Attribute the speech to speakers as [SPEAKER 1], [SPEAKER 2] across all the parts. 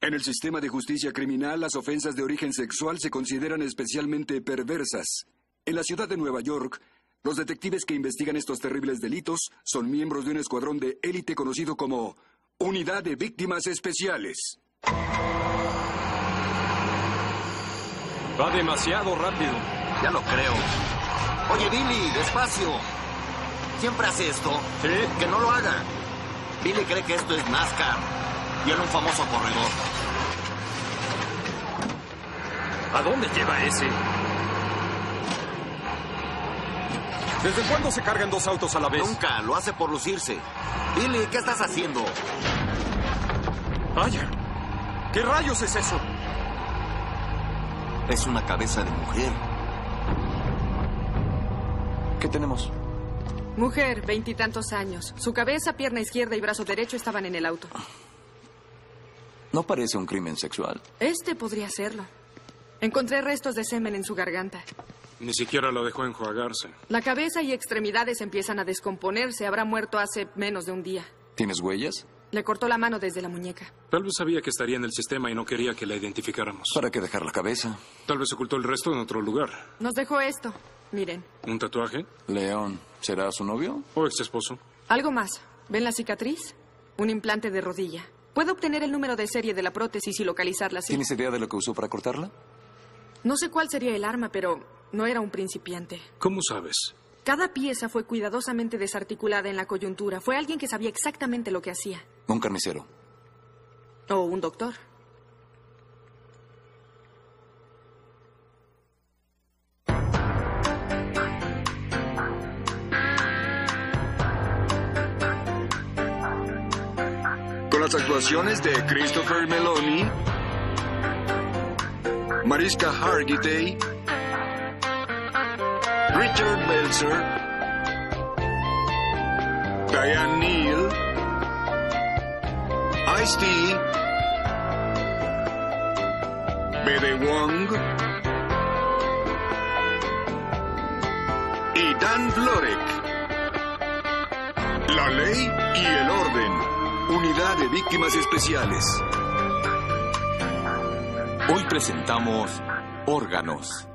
[SPEAKER 1] En el sistema de justicia criminal, las ofensas de origen sexual se consideran especialmente perversas. En la ciudad de Nueva York, los detectives que investigan estos terribles delitos son miembros de un escuadrón de élite conocido como Unidad de Víctimas Especiales.
[SPEAKER 2] Va demasiado rápido.
[SPEAKER 3] Ya lo creo. Oye, Billy, despacio. Siempre hace esto.
[SPEAKER 2] Sí.
[SPEAKER 3] Que no lo haga. Billy cree que esto es NASCAR. Y era un famoso corredor.
[SPEAKER 2] ¿A dónde lleva ese? ¿Desde cuándo se cargan dos autos a la vez?
[SPEAKER 3] Nunca lo hace por lucirse. Billy, ¿qué estás haciendo?
[SPEAKER 2] ¡Vaya! ¿Qué rayos es eso?
[SPEAKER 3] Es una cabeza de mujer.
[SPEAKER 4] ¿Qué tenemos?
[SPEAKER 5] Mujer, veintitantos años. Su cabeza, pierna izquierda y brazo derecho estaban en el auto.
[SPEAKER 4] No parece un crimen sexual.
[SPEAKER 5] Este podría serlo. Encontré restos de semen en su garganta.
[SPEAKER 6] Ni siquiera lo dejó enjuagarse.
[SPEAKER 5] La cabeza y extremidades empiezan a descomponerse. Habrá muerto hace menos de un día.
[SPEAKER 4] ¿Tienes huellas?
[SPEAKER 5] Le cortó la mano desde la muñeca.
[SPEAKER 6] Tal vez sabía que estaría en el sistema y no quería que la identificáramos.
[SPEAKER 4] ¿Para qué dejar la cabeza?
[SPEAKER 6] Tal vez ocultó el resto en otro lugar.
[SPEAKER 5] Nos dejó esto. Miren.
[SPEAKER 6] ¿Un tatuaje?
[SPEAKER 4] León, ¿será su novio?
[SPEAKER 6] ¿O ex esposo?
[SPEAKER 5] Algo más. ¿Ven la cicatriz? Un implante de rodilla. Puedo obtener el número de serie de la prótesis y localizarla así.
[SPEAKER 4] ¿Tienes idea de lo que usó para cortarla?
[SPEAKER 5] No sé cuál sería el arma, pero no era un principiante.
[SPEAKER 6] ¿Cómo sabes?
[SPEAKER 5] Cada pieza fue cuidadosamente desarticulada en la coyuntura. Fue alguien que sabía exactamente lo que hacía.
[SPEAKER 4] Un carnicero.
[SPEAKER 5] O un doctor.
[SPEAKER 1] Con las actuaciones de Christopher Meloni, Mariska Hargitay, Richard Belzer, Diane Neal, Ice-T, Bede Wong y Dan Florek. La ley y el orden. Unidad de Víctimas Especiales.
[SPEAKER 7] Hoy presentamos órganos.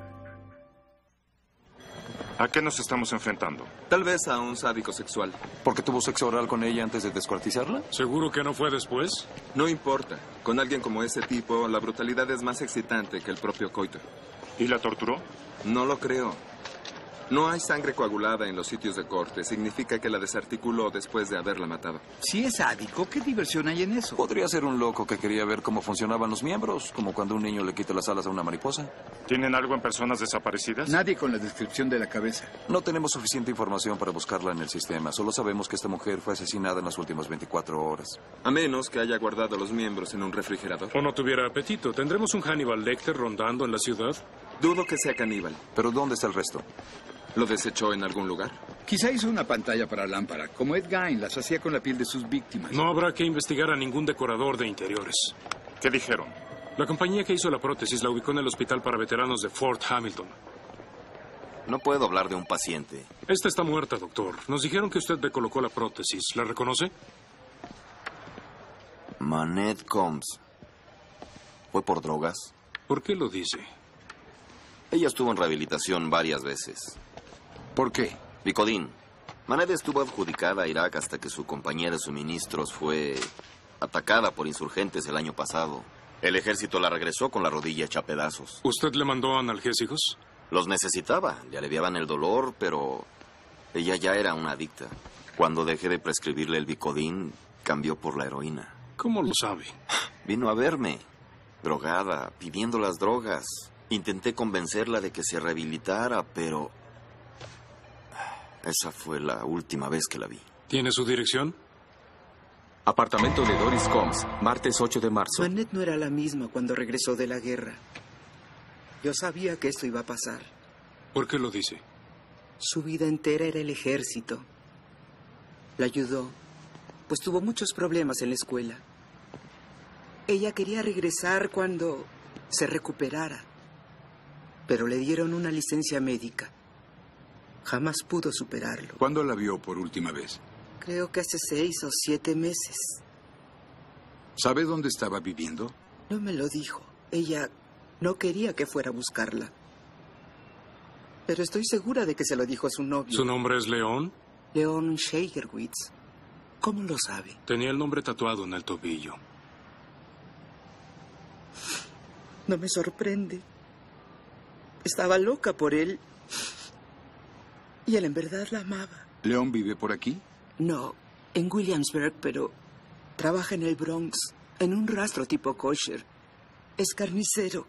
[SPEAKER 8] ¿A qué nos estamos enfrentando?
[SPEAKER 9] Tal vez a un sádico sexual.
[SPEAKER 4] ¿Porque tuvo sexo oral con ella antes de descuartizarla?
[SPEAKER 6] ¿Seguro que no fue después?
[SPEAKER 9] No importa. Con alguien como ese tipo, la brutalidad es más excitante que el propio coito.
[SPEAKER 8] ¿Y la torturó?
[SPEAKER 9] No lo creo. No hay sangre coagulada en los sitios de corte. Significa que la desarticuló después de haberla matado.
[SPEAKER 10] Si es sádico, ¿qué diversión hay en eso?
[SPEAKER 4] Podría ser un loco que quería ver cómo funcionaban los miembros, como cuando un niño le quita las alas a una mariposa.
[SPEAKER 8] ¿Tienen algo en personas desaparecidas?
[SPEAKER 10] Nadie con la descripción de la cabeza.
[SPEAKER 4] No tenemos suficiente información para buscarla en el sistema. Solo sabemos que esta mujer fue asesinada en las últimas 24 horas.
[SPEAKER 9] A menos que haya guardado los miembros en un refrigerador.
[SPEAKER 6] ¿O no tuviera apetito? ¿Tendremos un Hannibal Lecter rondando en la ciudad?
[SPEAKER 9] Dudo que sea caníbal.
[SPEAKER 4] Pero ¿dónde está el resto?
[SPEAKER 9] ¿Lo desechó en algún lugar?
[SPEAKER 10] Quizá hizo una pantalla para lámpara, como Ed Gein las hacía con la piel de sus víctimas.
[SPEAKER 6] No habrá que investigar a ningún decorador de interiores.
[SPEAKER 8] ¿Qué dijeron?
[SPEAKER 6] La compañía que hizo la prótesis la ubicó en el hospital para veteranos de Fort Hamilton.
[SPEAKER 3] No puedo hablar de un paciente.
[SPEAKER 6] Esta está muerta, doctor. Nos dijeron que usted le colocó la prótesis. ¿La reconoce?
[SPEAKER 3] Manette Combs. ¿Fue por drogas?
[SPEAKER 6] ¿Por qué lo dice?
[SPEAKER 3] Ella estuvo en rehabilitación varias veces.
[SPEAKER 10] ¿Por qué?
[SPEAKER 3] Bicodín. Manette estuvo adjudicada a Irak hasta que su compañía de suministros fue atacada por insurgentes el año pasado. El ejército la regresó con la rodilla hecha pedazos.
[SPEAKER 6] ¿Usted le mandó analgésicos?
[SPEAKER 3] Los necesitaba, le aliviaban el dolor, pero ella ya era una adicta. Cuando dejé de prescribirle el bicodín, cambió por la heroína.
[SPEAKER 6] ¿Cómo lo sabe?
[SPEAKER 3] Vino a verme, drogada, pidiendo las drogas. Intenté convencerla de que se rehabilitara, pero... Esa fue la última vez que la vi.
[SPEAKER 6] ¿Tiene su dirección?
[SPEAKER 7] Apartamento de Doris Combs, martes 8 de marzo.
[SPEAKER 10] Manette no era la misma cuando regresó de la guerra. Yo sabía que esto iba a pasar.
[SPEAKER 6] ¿Por qué lo dice?
[SPEAKER 10] Su vida entera era el ejército. La ayudó, pues tuvo muchos problemas en la escuela. Ella quería regresar cuando se recuperara, pero le dieron una licencia médica. Jamás pudo superarlo.
[SPEAKER 11] ¿Cuándo la vio por última vez?
[SPEAKER 10] Creo que hace seis o siete meses.
[SPEAKER 11] ¿Sabe dónde estaba viviendo?
[SPEAKER 10] No me lo dijo. Ella no quería que fuera a buscarla. Pero estoy segura de que se lo dijo a su novio.
[SPEAKER 6] ¿Su nombre es León?
[SPEAKER 10] León Shagerwitz. ¿Cómo lo sabe?
[SPEAKER 6] Tenía el nombre tatuado en el tobillo.
[SPEAKER 10] No me sorprende. Estaba loca por él. Y él en verdad la amaba.
[SPEAKER 11] ¿León vive por aquí?
[SPEAKER 10] No, en Williamsburg, pero trabaja en el Bronx, en un rastro tipo kosher. Es carnicero.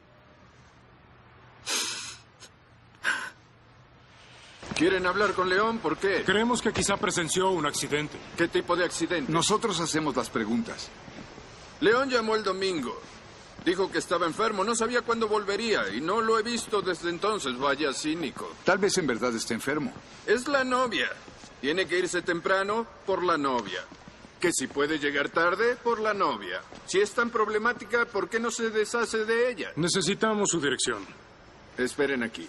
[SPEAKER 12] ¿Quieren hablar con León? ¿Por qué?
[SPEAKER 6] Creemos que quizá presenció un accidente.
[SPEAKER 12] ¿Qué tipo de accidente?
[SPEAKER 11] Nosotros hacemos las preguntas.
[SPEAKER 12] León llamó el domingo. Dijo que estaba enfermo, no sabía cuándo volvería y no lo he visto desde entonces, vaya cínico.
[SPEAKER 11] Tal vez en verdad esté enfermo.
[SPEAKER 12] Es la novia. Tiene que irse temprano por la novia. Que si puede llegar tarde, por la novia. Si es tan problemática, ¿por qué no se deshace de ella?
[SPEAKER 6] Necesitamos su dirección.
[SPEAKER 12] Esperen aquí.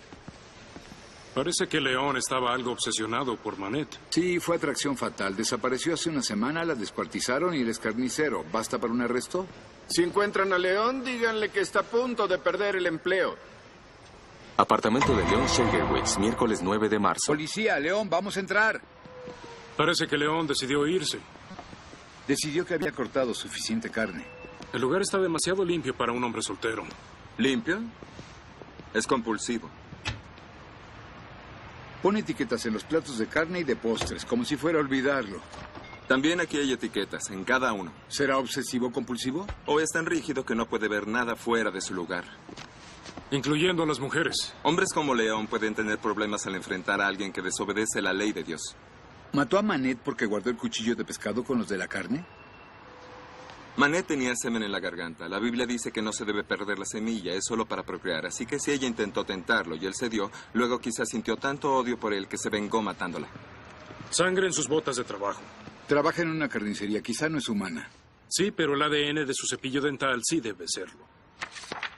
[SPEAKER 6] Parece que León estaba algo obsesionado por Manet.
[SPEAKER 11] Sí, fue atracción fatal. Desapareció hace una semana, la descuartizaron y el escarnicero. ¿Basta para un arresto?
[SPEAKER 12] Si encuentran a León, díganle que está a punto de perder el empleo.
[SPEAKER 7] Apartamento de León Shagerwitz, miércoles 9 de marzo.
[SPEAKER 11] Policía, León, vamos a entrar.
[SPEAKER 6] Parece que León decidió irse.
[SPEAKER 11] Decidió que había cortado suficiente carne.
[SPEAKER 6] El lugar está demasiado limpio para un hombre soltero.
[SPEAKER 9] ¿Limpio? Es compulsivo.
[SPEAKER 11] Pone etiquetas en los platos de carne y de postres, como si fuera a olvidarlo.
[SPEAKER 9] También aquí hay etiquetas, en cada uno.
[SPEAKER 11] ¿Será obsesivo compulsivo?
[SPEAKER 9] ¿O es tan rígido que no puede ver nada fuera de su lugar?
[SPEAKER 6] Incluyendo a las mujeres.
[SPEAKER 9] Hombres como León pueden tener problemas al enfrentar a alguien que desobedece la ley de Dios.
[SPEAKER 11] ¿Mató a Manet porque guardó el cuchillo de pescado con los de la carne?
[SPEAKER 9] Manet tenía semen en la garganta. La Biblia dice que no se debe perder la semilla, es solo para procrear. Así que si ella intentó tentarlo y él cedió, luego quizás sintió tanto odio por él que se vengó matándola.
[SPEAKER 6] Sangre en sus botas de trabajo.
[SPEAKER 11] Trabaja en una carnicería, quizá no es humana.
[SPEAKER 6] Sí, pero el ADN de su cepillo dental sí debe serlo.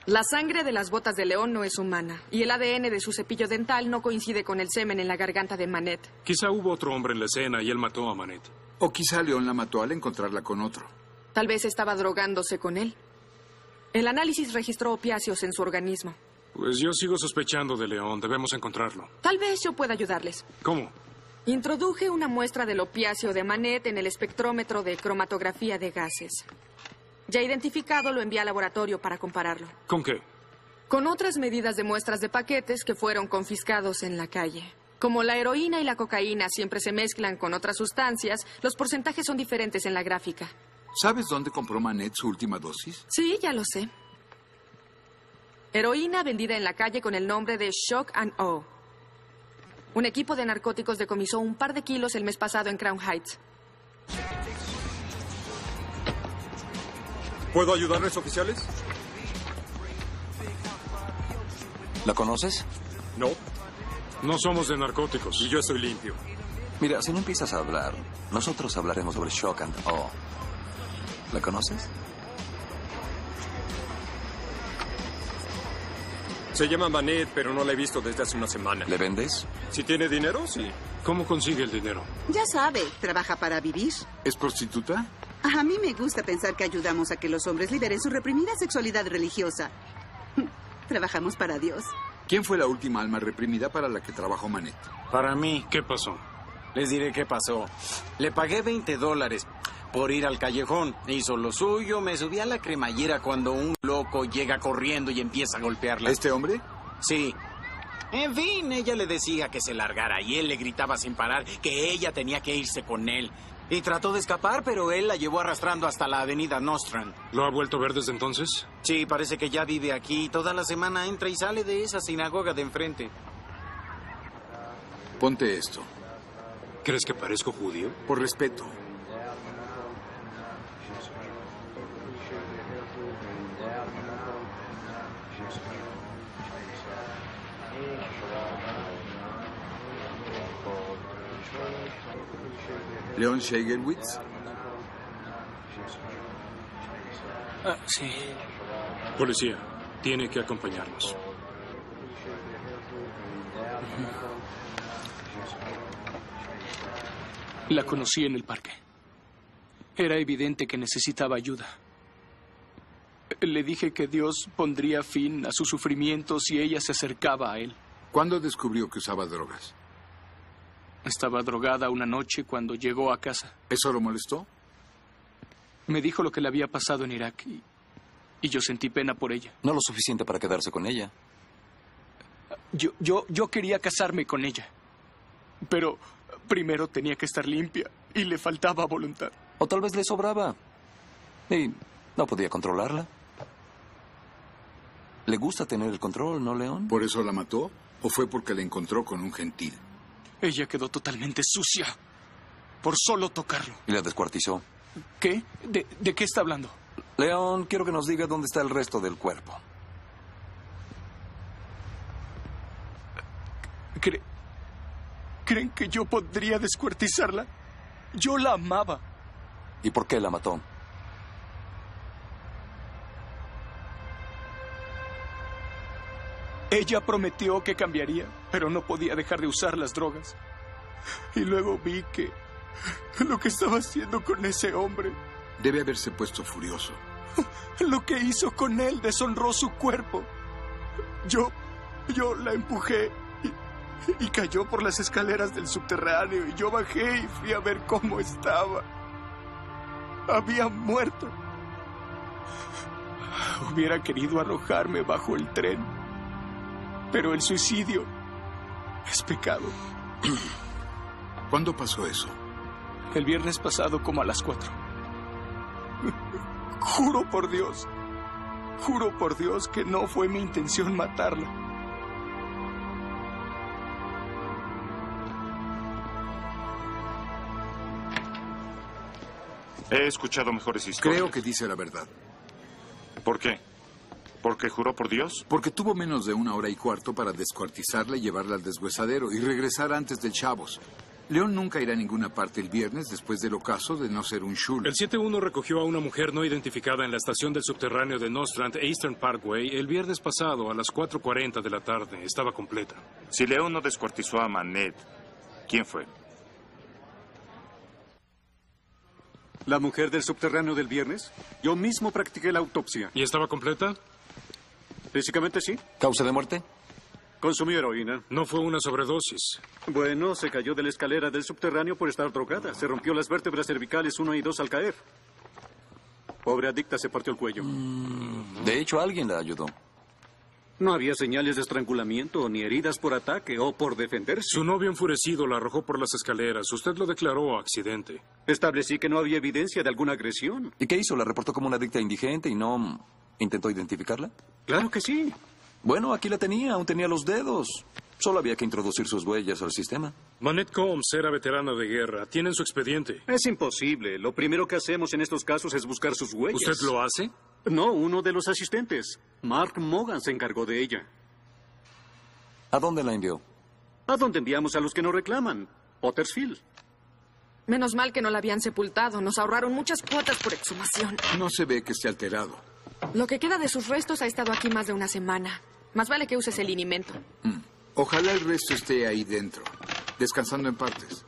[SPEAKER 5] La sangre de las botas de león no es humana, y el ADN de su cepillo dental no coincide con el semen en la garganta de Manet.
[SPEAKER 6] Quizá hubo otro hombre en la escena y él mató a Manet.
[SPEAKER 11] O quizá León la mató al encontrarla con otro.
[SPEAKER 5] Tal vez estaba drogándose con él. El análisis registró opiáceos en su organismo.
[SPEAKER 6] Pues yo sigo sospechando de León, debemos encontrarlo.
[SPEAKER 5] Tal vez yo pueda ayudarles.
[SPEAKER 6] ¿Cómo?
[SPEAKER 5] Introduje una muestra del opiáceo de Manet en el espectrómetro de cromatografía de gases. Ya identificado, lo envié al laboratorio para compararlo.
[SPEAKER 6] ¿Con qué?
[SPEAKER 5] Con otras medidas de muestras de paquetes que fueron confiscados en la calle. Como la heroína y la cocaína siempre se mezclan con otras sustancias, los porcentajes son diferentes en la gráfica.
[SPEAKER 11] ¿Sabes dónde compró Manet su última dosis?
[SPEAKER 5] Sí, ya lo sé. Heroína vendida en la calle con el nombre de Shock and O. Un equipo de narcóticos decomisó un par de kilos el mes pasado en Crown Heights.
[SPEAKER 2] ¿Puedo ayudarles, oficiales?
[SPEAKER 4] ¿La conoces?
[SPEAKER 2] No.
[SPEAKER 6] No somos de narcóticos.
[SPEAKER 2] Y yo estoy limpio.
[SPEAKER 4] Mira, si no empiezas a hablar, nosotros hablaremos sobre Shock and O. ¿La conoces?
[SPEAKER 2] Se llama Manet, pero no la he visto desde hace una semana.
[SPEAKER 4] ¿Le vendes?
[SPEAKER 2] Si tiene dinero, sí.
[SPEAKER 6] ¿Cómo consigue el dinero?
[SPEAKER 13] Ya sabe, trabaja para vivir.
[SPEAKER 11] ¿Es prostituta?
[SPEAKER 13] A mí me gusta pensar que ayudamos a que los hombres liberen su reprimida sexualidad religiosa. Trabajamos para Dios.
[SPEAKER 11] ¿Quién fue la última alma reprimida para la que trabajó Manet?
[SPEAKER 14] Para mí.
[SPEAKER 6] ¿Qué pasó?
[SPEAKER 14] Les diré qué pasó. Le pagué 20 dólares por ir al callejón. Hizo lo suyo, me subí a la cremallera cuando un loco llega corriendo y empieza a golpearla.
[SPEAKER 11] ¿Este hombre?
[SPEAKER 14] Sí. En fin, ella le decía que se largara y él le gritaba sin parar que ella tenía que irse con él. Y trató de escapar, pero él la llevó arrastrando hasta la avenida Nostrand.
[SPEAKER 6] ¿Lo ha vuelto a ver desde entonces?
[SPEAKER 14] Sí, parece que ya vive aquí. Toda la semana entra y sale de esa sinagoga de enfrente.
[SPEAKER 11] Ponte esto.
[SPEAKER 6] ¿Crees que parezco judío?
[SPEAKER 11] Por respeto. León Shagerwitz.
[SPEAKER 14] Ah, sí.
[SPEAKER 6] Policía, tiene que acompañarnos.
[SPEAKER 15] La conocí en el parque. Era evidente que necesitaba ayuda. Le dije que Dios pondría fin a su sufrimiento si ella se acercaba a él.
[SPEAKER 11] ¿Cuándo descubrió que usaba drogas?
[SPEAKER 15] Estaba drogada una noche cuando llegó a casa.
[SPEAKER 11] ¿Eso lo molestó?
[SPEAKER 15] Me dijo lo que le había pasado en Irak y, y yo sentí pena por ella.
[SPEAKER 4] No lo suficiente para quedarse con ella.
[SPEAKER 15] Yo, yo, yo quería casarme con ella. Pero primero tenía que estar limpia y le faltaba voluntad.
[SPEAKER 4] O tal vez le sobraba. Y no podía controlarla. Le gusta tener el control, ¿no, León?
[SPEAKER 11] ¿Por eso la mató? ¿O fue porque la encontró con un gentil?
[SPEAKER 15] Ella quedó totalmente sucia por solo tocarlo.
[SPEAKER 4] Y la descuartizó.
[SPEAKER 15] ¿Qué? ¿De, de qué está hablando?
[SPEAKER 4] León, quiero que nos diga dónde está el resto del cuerpo.
[SPEAKER 15] Cre- ¿Creen que yo podría descuartizarla? Yo la amaba.
[SPEAKER 4] ¿Y por qué la mató?
[SPEAKER 15] Ella prometió que cambiaría, pero no podía dejar de usar las drogas. Y luego vi que lo que estaba haciendo con ese hombre,
[SPEAKER 11] Debe haberse puesto furioso.
[SPEAKER 15] lo que hizo con él, deshonró su cuerpo. Yo, yo la empujé y, y cayó por las escaleras del subterráneo y yo bajé y fui a ver cómo estaba. Había muerto. Hubiera querido arrojarme bajo el tren, pero el suicidio es pecado.
[SPEAKER 11] ¿Cuándo pasó eso?
[SPEAKER 15] El viernes pasado como a las cuatro. Juro por Dios, juro por Dios que no fue mi intención matarla.
[SPEAKER 8] He escuchado mejores historias.
[SPEAKER 11] Creo que dice la verdad.
[SPEAKER 8] ¿Por qué? ¿Porque juró por Dios?
[SPEAKER 11] Porque tuvo menos de una hora y cuarto para descuartizarla y llevarla al deshuesadero y regresar antes del Chavos. León nunca irá a ninguna parte el viernes después del ocaso de no ser un shul.
[SPEAKER 6] El 7-1 recogió a una mujer no identificada en la estación del subterráneo de Nostrand e Eastern Parkway el viernes pasado a las 4.40 de la tarde. Estaba completa.
[SPEAKER 8] Si León no descuartizó a Manet, ¿quién fue?
[SPEAKER 16] ¿La mujer del subterráneo del viernes? Yo mismo practiqué la autopsia.
[SPEAKER 6] ¿Y estaba completa?
[SPEAKER 16] Físicamente sí.
[SPEAKER 4] ¿Causa de muerte?
[SPEAKER 16] Consumió heroína.
[SPEAKER 6] No fue una sobredosis.
[SPEAKER 16] Bueno, se cayó de la escalera del subterráneo por estar drogada. Se rompió las vértebras cervicales 1 y 2 al caer. Pobre adicta se partió el cuello.
[SPEAKER 4] Mm, De hecho, alguien la ayudó.
[SPEAKER 16] No había señales de estrangulamiento, ni heridas por ataque o por defenderse.
[SPEAKER 6] Su novio enfurecido la arrojó por las escaleras. Usted lo declaró accidente.
[SPEAKER 16] Establecí que no había evidencia de alguna agresión.
[SPEAKER 4] ¿Y qué hizo? ¿La reportó como una adicta indigente y no mm, intentó identificarla?
[SPEAKER 16] Claro que sí.
[SPEAKER 4] Bueno, aquí la tenía, aún tenía los dedos. Solo había que introducir sus huellas al sistema.
[SPEAKER 6] Manette Combs era veterana de guerra. Tienen su expediente.
[SPEAKER 16] Es imposible. Lo primero que hacemos en estos casos es buscar sus huellas.
[SPEAKER 6] ¿Usted lo hace?
[SPEAKER 16] No, uno de los asistentes. Mark Morgan se encargó de ella.
[SPEAKER 4] ¿A dónde la envió?
[SPEAKER 16] ¿A dónde enviamos a los que no reclaman? Pottersfield.
[SPEAKER 5] Menos mal que no la habían sepultado. Nos ahorraron muchas cuotas por exhumación.
[SPEAKER 11] No se ve que esté alterado.
[SPEAKER 5] Lo que queda de sus restos ha estado aquí más de una semana. Más vale que uses el linimento.
[SPEAKER 11] Ojalá el resto esté ahí dentro, descansando en partes.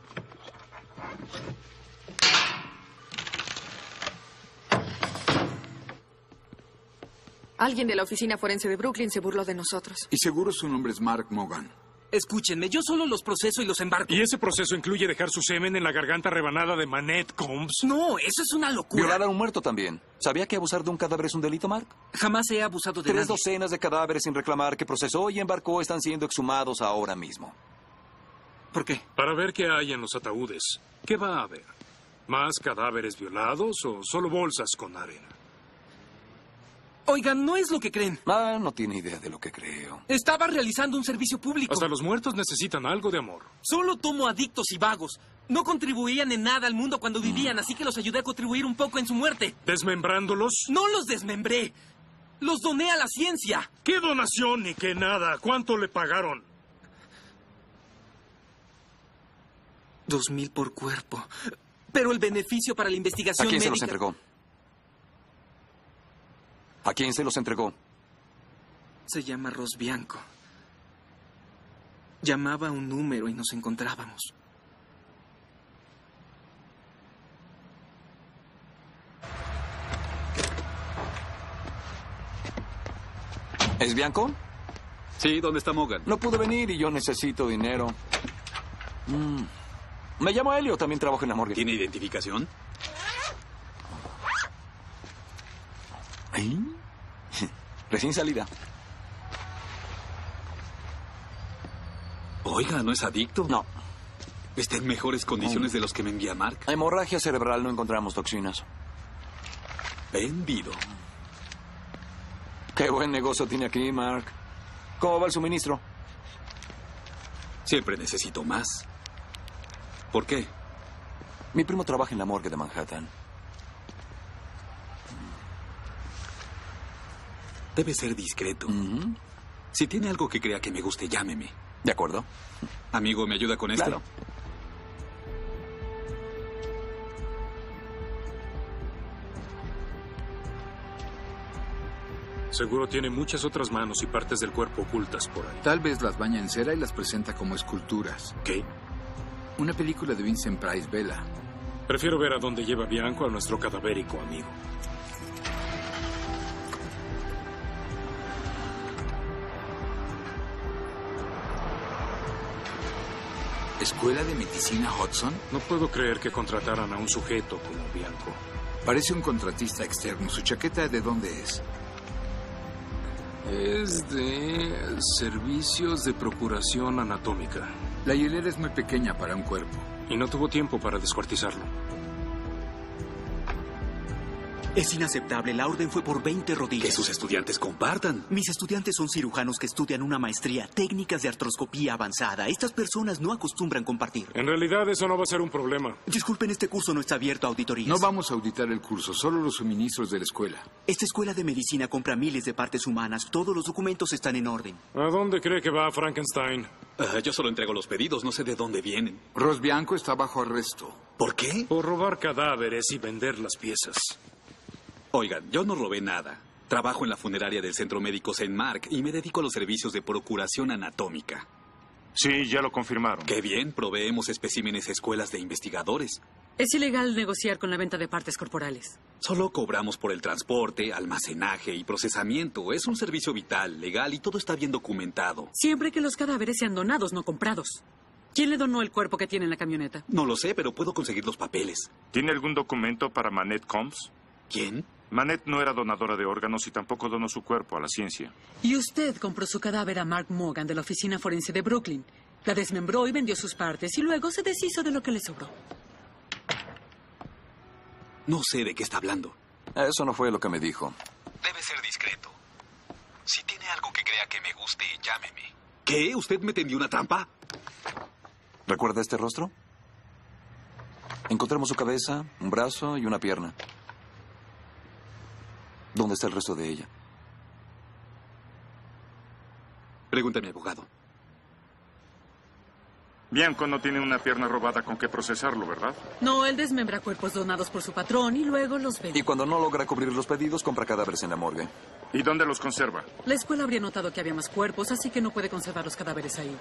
[SPEAKER 5] Alguien de la oficina forense de Brooklyn se burló de nosotros.
[SPEAKER 11] Y seguro su nombre es Mark Morgan.
[SPEAKER 17] Escúchenme, yo solo los proceso y los embarco.
[SPEAKER 6] Y ese proceso incluye dejar su semen en la garganta rebanada de Manette Combs.
[SPEAKER 17] No, eso es una locura.
[SPEAKER 4] Violar a un muerto también. ¿Sabía que abusar de un cadáver es un delito, Mark?
[SPEAKER 17] Jamás he abusado de
[SPEAKER 4] Tres
[SPEAKER 17] nadie.
[SPEAKER 4] docenas de cadáveres sin reclamar que procesó y embarcó están siendo exhumados ahora mismo.
[SPEAKER 17] ¿Por qué?
[SPEAKER 6] Para ver qué hay en los ataúdes. ¿Qué va a haber? ¿Más cadáveres violados o solo bolsas con arena?
[SPEAKER 17] Oigan, no es lo que creen.
[SPEAKER 4] Ah, no tiene idea de lo que creo.
[SPEAKER 17] Estaba realizando un servicio público.
[SPEAKER 6] Hasta los muertos necesitan algo de amor.
[SPEAKER 17] Solo tomo adictos y vagos. No contribuían en nada al mundo cuando vivían, así que los ayudé a contribuir un poco en su muerte.
[SPEAKER 6] ¿Desmembrándolos?
[SPEAKER 17] No los desmembré. Los doné a la ciencia.
[SPEAKER 6] ¿Qué donación ni qué nada? ¿Cuánto le pagaron?
[SPEAKER 17] Dos mil por cuerpo. Pero el beneficio para la
[SPEAKER 4] ¿A
[SPEAKER 17] investigación
[SPEAKER 4] quién se los
[SPEAKER 17] médica-
[SPEAKER 4] entregó? ¿A quién se los entregó?
[SPEAKER 17] Se llama Ros Bianco. Llamaba a un número y nos encontrábamos.
[SPEAKER 4] ¿Es Bianco?
[SPEAKER 18] Sí, ¿dónde está Morgan?
[SPEAKER 4] No pudo venir y yo necesito dinero. Mm. Me llamo Helio, también trabajo en la morgue.
[SPEAKER 18] ¿Tiene identificación?
[SPEAKER 4] ¿Eh? Recién salida.
[SPEAKER 18] Oiga, ¿no es adicto?
[SPEAKER 4] No.
[SPEAKER 18] Está en mejores condiciones de los que me envía Mark.
[SPEAKER 4] Hemorragia cerebral, no encontramos toxinas.
[SPEAKER 18] Vendido.
[SPEAKER 4] Qué buen negocio tiene aquí, Mark. ¿Cómo va el suministro?
[SPEAKER 18] Siempre necesito más. ¿Por qué?
[SPEAKER 4] Mi primo trabaja en la morgue de Manhattan.
[SPEAKER 18] Debe ser discreto. Si tiene algo que crea que me guste, llámeme.
[SPEAKER 4] Mm. ¿De acuerdo?
[SPEAKER 18] Amigo, ¿me ayuda con esto?
[SPEAKER 4] Claro.
[SPEAKER 6] Seguro tiene muchas otras manos y partes del cuerpo ocultas por ahí.
[SPEAKER 11] Tal vez las baña en cera y las presenta como esculturas.
[SPEAKER 6] ¿Qué?
[SPEAKER 11] Una película de Vincent Price Vela.
[SPEAKER 6] Prefiero ver a dónde lleva Bianco a nuestro cadavérico amigo.
[SPEAKER 11] ¿Escuela de Medicina Hudson?
[SPEAKER 6] No puedo creer que contrataran a un sujeto como Bianco.
[SPEAKER 11] Parece un contratista externo. ¿Su chaqueta de dónde es?
[SPEAKER 6] Es de Servicios de Procuración Anatómica.
[SPEAKER 11] La hielera es muy pequeña para un cuerpo.
[SPEAKER 6] Y no tuvo tiempo para descuartizarlo.
[SPEAKER 19] Es inaceptable. La orden fue por 20 rodillas.
[SPEAKER 18] Que sus estudiantes compartan.
[SPEAKER 19] Mis estudiantes son cirujanos que estudian una maestría, técnicas de artroscopía avanzada. Estas personas no acostumbran compartir.
[SPEAKER 6] En realidad eso no va a ser un problema.
[SPEAKER 19] Disculpen, este curso no está abierto a auditorías.
[SPEAKER 11] No vamos a auditar el curso, solo los suministros de la escuela.
[SPEAKER 19] Esta escuela de medicina compra miles de partes humanas. Todos los documentos están en orden.
[SPEAKER 6] ¿A dónde cree que va Frankenstein?
[SPEAKER 18] Ah,
[SPEAKER 6] Eh,
[SPEAKER 18] yo solo entrego los pedidos, no sé de dónde vienen.
[SPEAKER 11] Ros Bianco está bajo arresto.
[SPEAKER 18] ¿Por qué?
[SPEAKER 6] Por robar cadáveres y vender las piezas.
[SPEAKER 18] Oigan, yo no robé nada. Trabajo en la funeraria del Centro Médico Saint Mark y me dedico a los servicios de procuración anatómica.
[SPEAKER 8] Sí, ya lo confirmaron.
[SPEAKER 18] Qué bien, proveemos especímenes a escuelas de investigadores.
[SPEAKER 20] Es ilegal negociar con la venta de partes corporales.
[SPEAKER 18] Solo cobramos por el transporte, almacenaje y procesamiento. Es un servicio vital, legal y todo está bien documentado.
[SPEAKER 20] Siempre que los cadáveres sean donados, no comprados. ¿Quién le donó el cuerpo que tiene en la camioneta?
[SPEAKER 18] No lo sé, pero puedo conseguir los papeles.
[SPEAKER 8] ¿Tiene algún documento para Manette Combs?
[SPEAKER 18] ¿Quién?
[SPEAKER 8] Manette no era donadora de órganos y tampoco donó su cuerpo a la ciencia.
[SPEAKER 20] Y usted compró su cadáver a Mark Morgan de la oficina forense de Brooklyn. La desmembró y vendió sus partes y luego se deshizo de lo que le sobró.
[SPEAKER 18] No sé de qué está hablando.
[SPEAKER 4] Eso no fue lo que me dijo.
[SPEAKER 18] Debe ser discreto. Si tiene algo que crea que me guste, llámeme. ¿Qué? ¿Usted me tendió una trampa?
[SPEAKER 4] ¿Recuerda este rostro? Encontramos su cabeza, un brazo y una pierna. ¿Dónde está el resto de ella?
[SPEAKER 18] Pregunta a mi abogado.
[SPEAKER 8] Bianco no tiene una pierna robada con que procesarlo, ¿verdad?
[SPEAKER 20] No, él desmembra cuerpos donados por su patrón y luego los vende.
[SPEAKER 4] Y cuando no logra cubrir los pedidos, compra cadáveres en la morgue.
[SPEAKER 8] ¿Y dónde los conserva?
[SPEAKER 20] La escuela habría notado que había más cuerpos, así que no puede conservar los cadáveres ahí.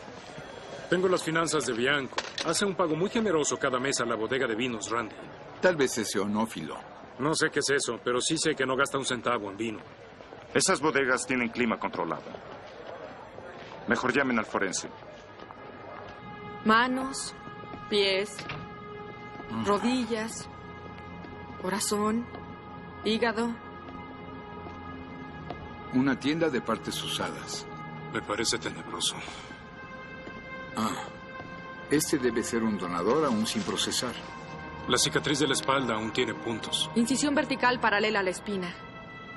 [SPEAKER 6] Tengo las finanzas de Bianco. Hace un pago muy generoso cada mes a la bodega de vinos, Randy.
[SPEAKER 11] Tal vez es onófilo.
[SPEAKER 6] No sé qué es eso, pero sí sé que no gasta un centavo en vino.
[SPEAKER 8] Esas bodegas tienen clima controlado. Mejor llamen al forense.
[SPEAKER 5] Manos, pies, rodillas, corazón, hígado.
[SPEAKER 11] Una tienda de partes usadas.
[SPEAKER 6] Me parece tenebroso.
[SPEAKER 11] Ah, este debe ser un donador aún sin procesar.
[SPEAKER 6] La cicatriz de la espalda aún tiene puntos.
[SPEAKER 5] Incisión vertical paralela a la espina,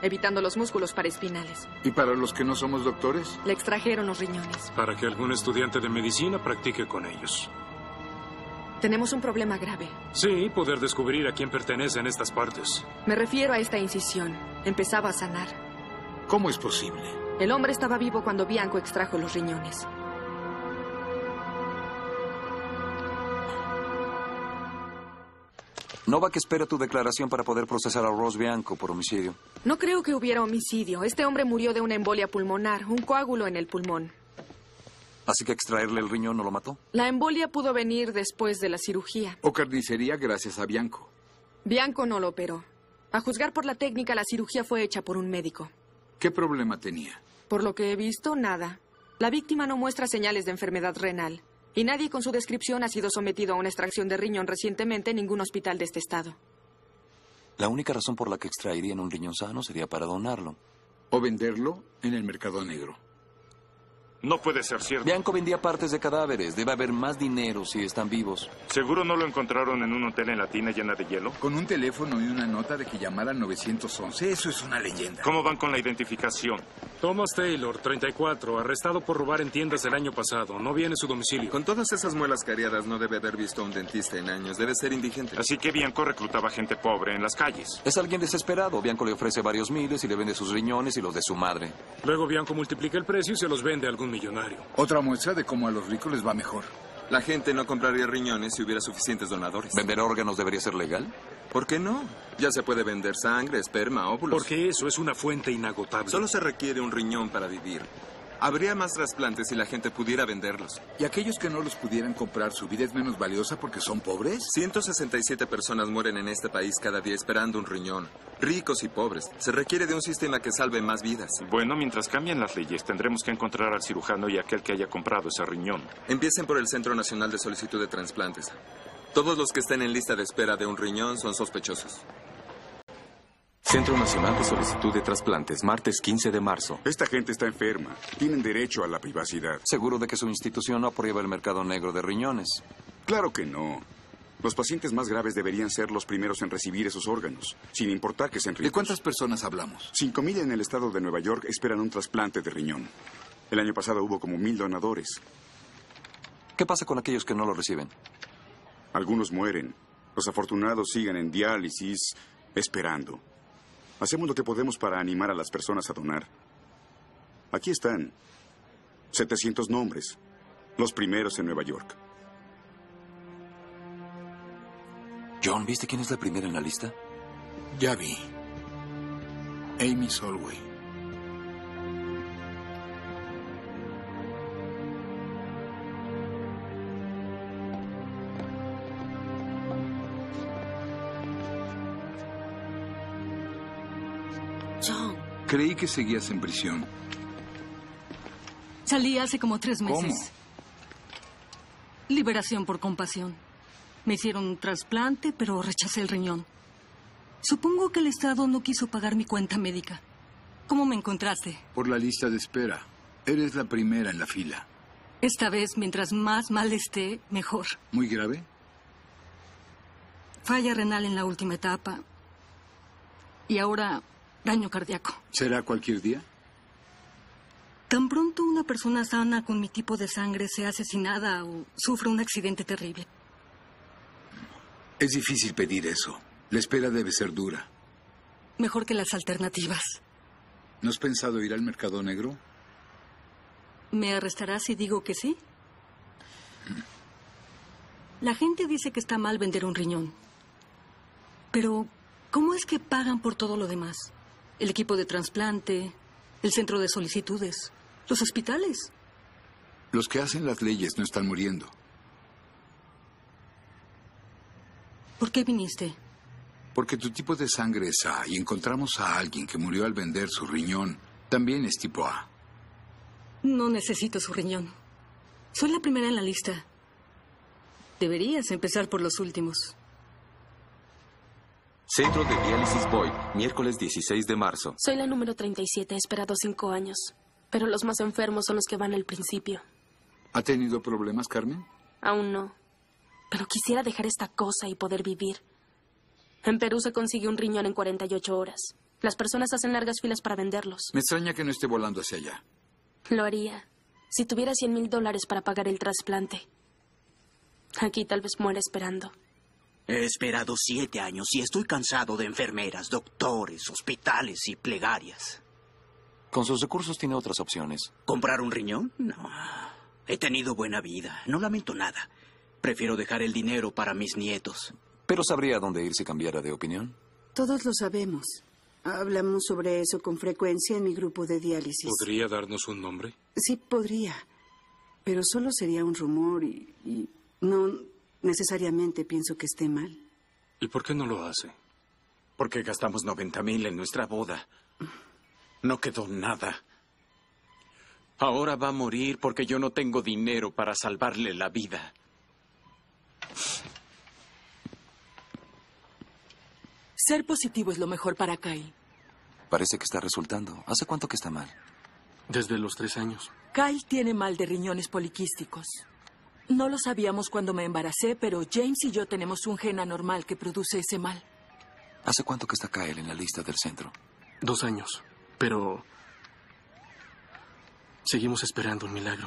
[SPEAKER 5] evitando los músculos paraespinales.
[SPEAKER 11] ¿Y para los que no somos doctores?
[SPEAKER 5] Le extrajeron los riñones.
[SPEAKER 6] Para que algún estudiante de medicina practique con ellos.
[SPEAKER 5] Tenemos un problema grave.
[SPEAKER 6] Sí, poder descubrir a quién pertenecen estas partes.
[SPEAKER 5] Me refiero a esta incisión. Empezaba a sanar.
[SPEAKER 11] ¿Cómo es posible?
[SPEAKER 5] El hombre estaba vivo cuando Bianco extrajo los riñones.
[SPEAKER 4] Novak espera tu declaración para poder procesar a Ross Bianco por homicidio.
[SPEAKER 5] No creo que hubiera homicidio. Este hombre murió de una embolia pulmonar, un coágulo en el pulmón.
[SPEAKER 4] Así que extraerle el riñón no lo mató.
[SPEAKER 5] La embolia pudo venir después de la cirugía.
[SPEAKER 11] O carnicería gracias a Bianco.
[SPEAKER 5] Bianco no lo operó. A juzgar por la técnica, la cirugía fue hecha por un médico.
[SPEAKER 11] ¿Qué problema tenía?
[SPEAKER 5] Por lo que he visto, nada. La víctima no muestra señales de enfermedad renal. Y nadie con su descripción ha sido sometido a una extracción de riñón recientemente en ningún hospital de este estado.
[SPEAKER 4] La única razón por la que extraerían un riñón sano sería para donarlo.
[SPEAKER 11] O venderlo en el mercado negro.
[SPEAKER 8] No puede ser cierto.
[SPEAKER 4] Bianco vendía partes de cadáveres. Debe haber más dinero si están vivos.
[SPEAKER 8] ¿Seguro no lo encontraron en un hotel en la tina llena de hielo?
[SPEAKER 11] Con un teléfono y una nota de que llamara 911. Eso es una leyenda.
[SPEAKER 8] ¿Cómo van con la identificación?
[SPEAKER 6] Thomas Taylor, 34, arrestado por robar en tiendas el año pasado. No viene su domicilio.
[SPEAKER 9] Con todas esas muelas cariadas no debe haber visto a un dentista en años. Debe ser indigente.
[SPEAKER 8] Así que Bianco reclutaba gente pobre en las calles.
[SPEAKER 4] Es alguien desesperado. Bianco le ofrece varios miles y le vende sus riñones y los de su madre.
[SPEAKER 6] Luego Bianco multiplica el precio y se los vende a algún millonario.
[SPEAKER 11] Otra muestra de cómo a los ricos les va mejor.
[SPEAKER 9] La gente no compraría riñones si hubiera suficientes donadores.
[SPEAKER 4] ¿Vender órganos debería ser legal?
[SPEAKER 9] ¿Por qué no? Ya se puede vender sangre, esperma, óvulos.
[SPEAKER 6] Porque eso es una fuente inagotable.
[SPEAKER 9] Solo se requiere un riñón para vivir. Habría más trasplantes si la gente pudiera venderlos.
[SPEAKER 11] ¿Y aquellos que no los pudieran comprar, su vida es menos valiosa porque son pobres?
[SPEAKER 9] 167 personas mueren en este país cada día esperando un riñón. Ricos y pobres. Se requiere de un sistema que salve más vidas.
[SPEAKER 8] Bueno, mientras cambian las leyes, tendremos que encontrar al cirujano y aquel que haya comprado ese riñón.
[SPEAKER 9] Empiecen por el Centro Nacional de Solicitud de Transplantes. Todos los que estén en lista de espera de un riñón son sospechosos.
[SPEAKER 7] Centro Nacional de Solicitud de Trasplantes, martes 15 de marzo.
[SPEAKER 21] Esta gente está enferma. Tienen derecho a la privacidad.
[SPEAKER 4] Seguro de que su institución no aprueba el mercado negro de riñones.
[SPEAKER 21] Claro que no. Los pacientes más graves deberían ser los primeros en recibir esos órganos, sin importar que sean ricos.
[SPEAKER 11] ¿De cuántas personas hablamos?
[SPEAKER 21] 5.000 en el estado de Nueva York esperan un trasplante de riñón. El año pasado hubo como mil donadores.
[SPEAKER 4] ¿Qué pasa con aquellos que no lo reciben?
[SPEAKER 21] Algunos mueren. Los afortunados siguen en diálisis, esperando. Hacemos lo que podemos para animar a las personas a donar. Aquí están 700 nombres, los primeros en Nueva York.
[SPEAKER 4] John, ¿viste quién es la primera en la lista?
[SPEAKER 11] Ya vi. Amy Solway.
[SPEAKER 22] John,
[SPEAKER 11] Creí que seguías en prisión.
[SPEAKER 22] salí hace como tres meses.
[SPEAKER 11] ¿Cómo?
[SPEAKER 22] Liberación por compasión. Me hicieron un trasplante, pero rechacé el riñón. Supongo que el Estado no quiso pagar mi cuenta médica. ¿Cómo me encontraste?
[SPEAKER 11] Por la lista de espera. Eres la primera en la fila.
[SPEAKER 22] Esta vez, mientras más mal esté, mejor.
[SPEAKER 11] ¿Muy grave?
[SPEAKER 22] Falla renal en la última etapa. Y ahora, daño cardíaco.
[SPEAKER 11] ¿Será cualquier día?
[SPEAKER 22] Tan pronto una persona sana con mi tipo de sangre sea asesinada o sufre un accidente terrible.
[SPEAKER 11] Es difícil pedir eso. La espera debe ser dura.
[SPEAKER 22] Mejor que las alternativas.
[SPEAKER 11] ¿No has pensado ir al mercado negro?
[SPEAKER 22] ¿Me arrestarás si digo que sí? La gente dice que está mal vender un riñón. Pero, ¿cómo es que pagan por todo lo demás? El equipo de trasplante, el centro de solicitudes, los hospitales.
[SPEAKER 11] Los que hacen las leyes no están muriendo.
[SPEAKER 22] ¿Por qué viniste?
[SPEAKER 11] Porque tu tipo de sangre es A y encontramos a alguien que murió al vender su riñón. También es tipo A.
[SPEAKER 22] No necesito su riñón. Soy la primera en la lista. Deberías empezar por los últimos.
[SPEAKER 7] Centro de Diálisis Boy, miércoles 16 de marzo.
[SPEAKER 23] Soy la número 37, he esperado cinco años. Pero los más enfermos son los que van al principio.
[SPEAKER 11] ¿Ha tenido problemas, Carmen?
[SPEAKER 23] Aún no. Pero quisiera dejar esta cosa y poder vivir. En Perú se consigue un riñón en 48 horas. Las personas hacen largas filas para venderlos.
[SPEAKER 11] Me extraña que no esté volando hacia allá.
[SPEAKER 23] Lo haría. Si tuviera 100 mil dólares para pagar el trasplante. Aquí tal vez muera esperando.
[SPEAKER 24] He esperado siete años y estoy cansado de enfermeras, doctores, hospitales y plegarias.
[SPEAKER 4] Con sus recursos tiene otras opciones.
[SPEAKER 24] ¿Comprar un riñón? No. He tenido buena vida. No lamento nada. Prefiero dejar el dinero para mis nietos.
[SPEAKER 4] Pero sabría dónde ir si cambiara de opinión.
[SPEAKER 13] Todos lo sabemos. Hablamos sobre eso con frecuencia en mi grupo de diálisis.
[SPEAKER 6] ¿Podría darnos un nombre?
[SPEAKER 13] Sí, podría. Pero solo sería un rumor y, y no necesariamente pienso que esté mal.
[SPEAKER 6] ¿Y por qué no lo hace?
[SPEAKER 7] Porque gastamos 90 mil en nuestra boda. No quedó nada.
[SPEAKER 14] Ahora va a morir porque yo no tengo dinero para salvarle la vida.
[SPEAKER 1] Ser positivo es lo mejor para Kai.
[SPEAKER 4] Parece que está resultando. ¿Hace cuánto que está mal?
[SPEAKER 7] Desde los tres años.
[SPEAKER 1] Kai tiene mal de riñones poliquísticos. No lo sabíamos cuando me embaracé, pero James y yo tenemos un gen anormal que produce ese mal.
[SPEAKER 4] ¿Hace cuánto que está Kyle en la lista del centro?
[SPEAKER 7] Dos años. Pero... Seguimos esperando un milagro.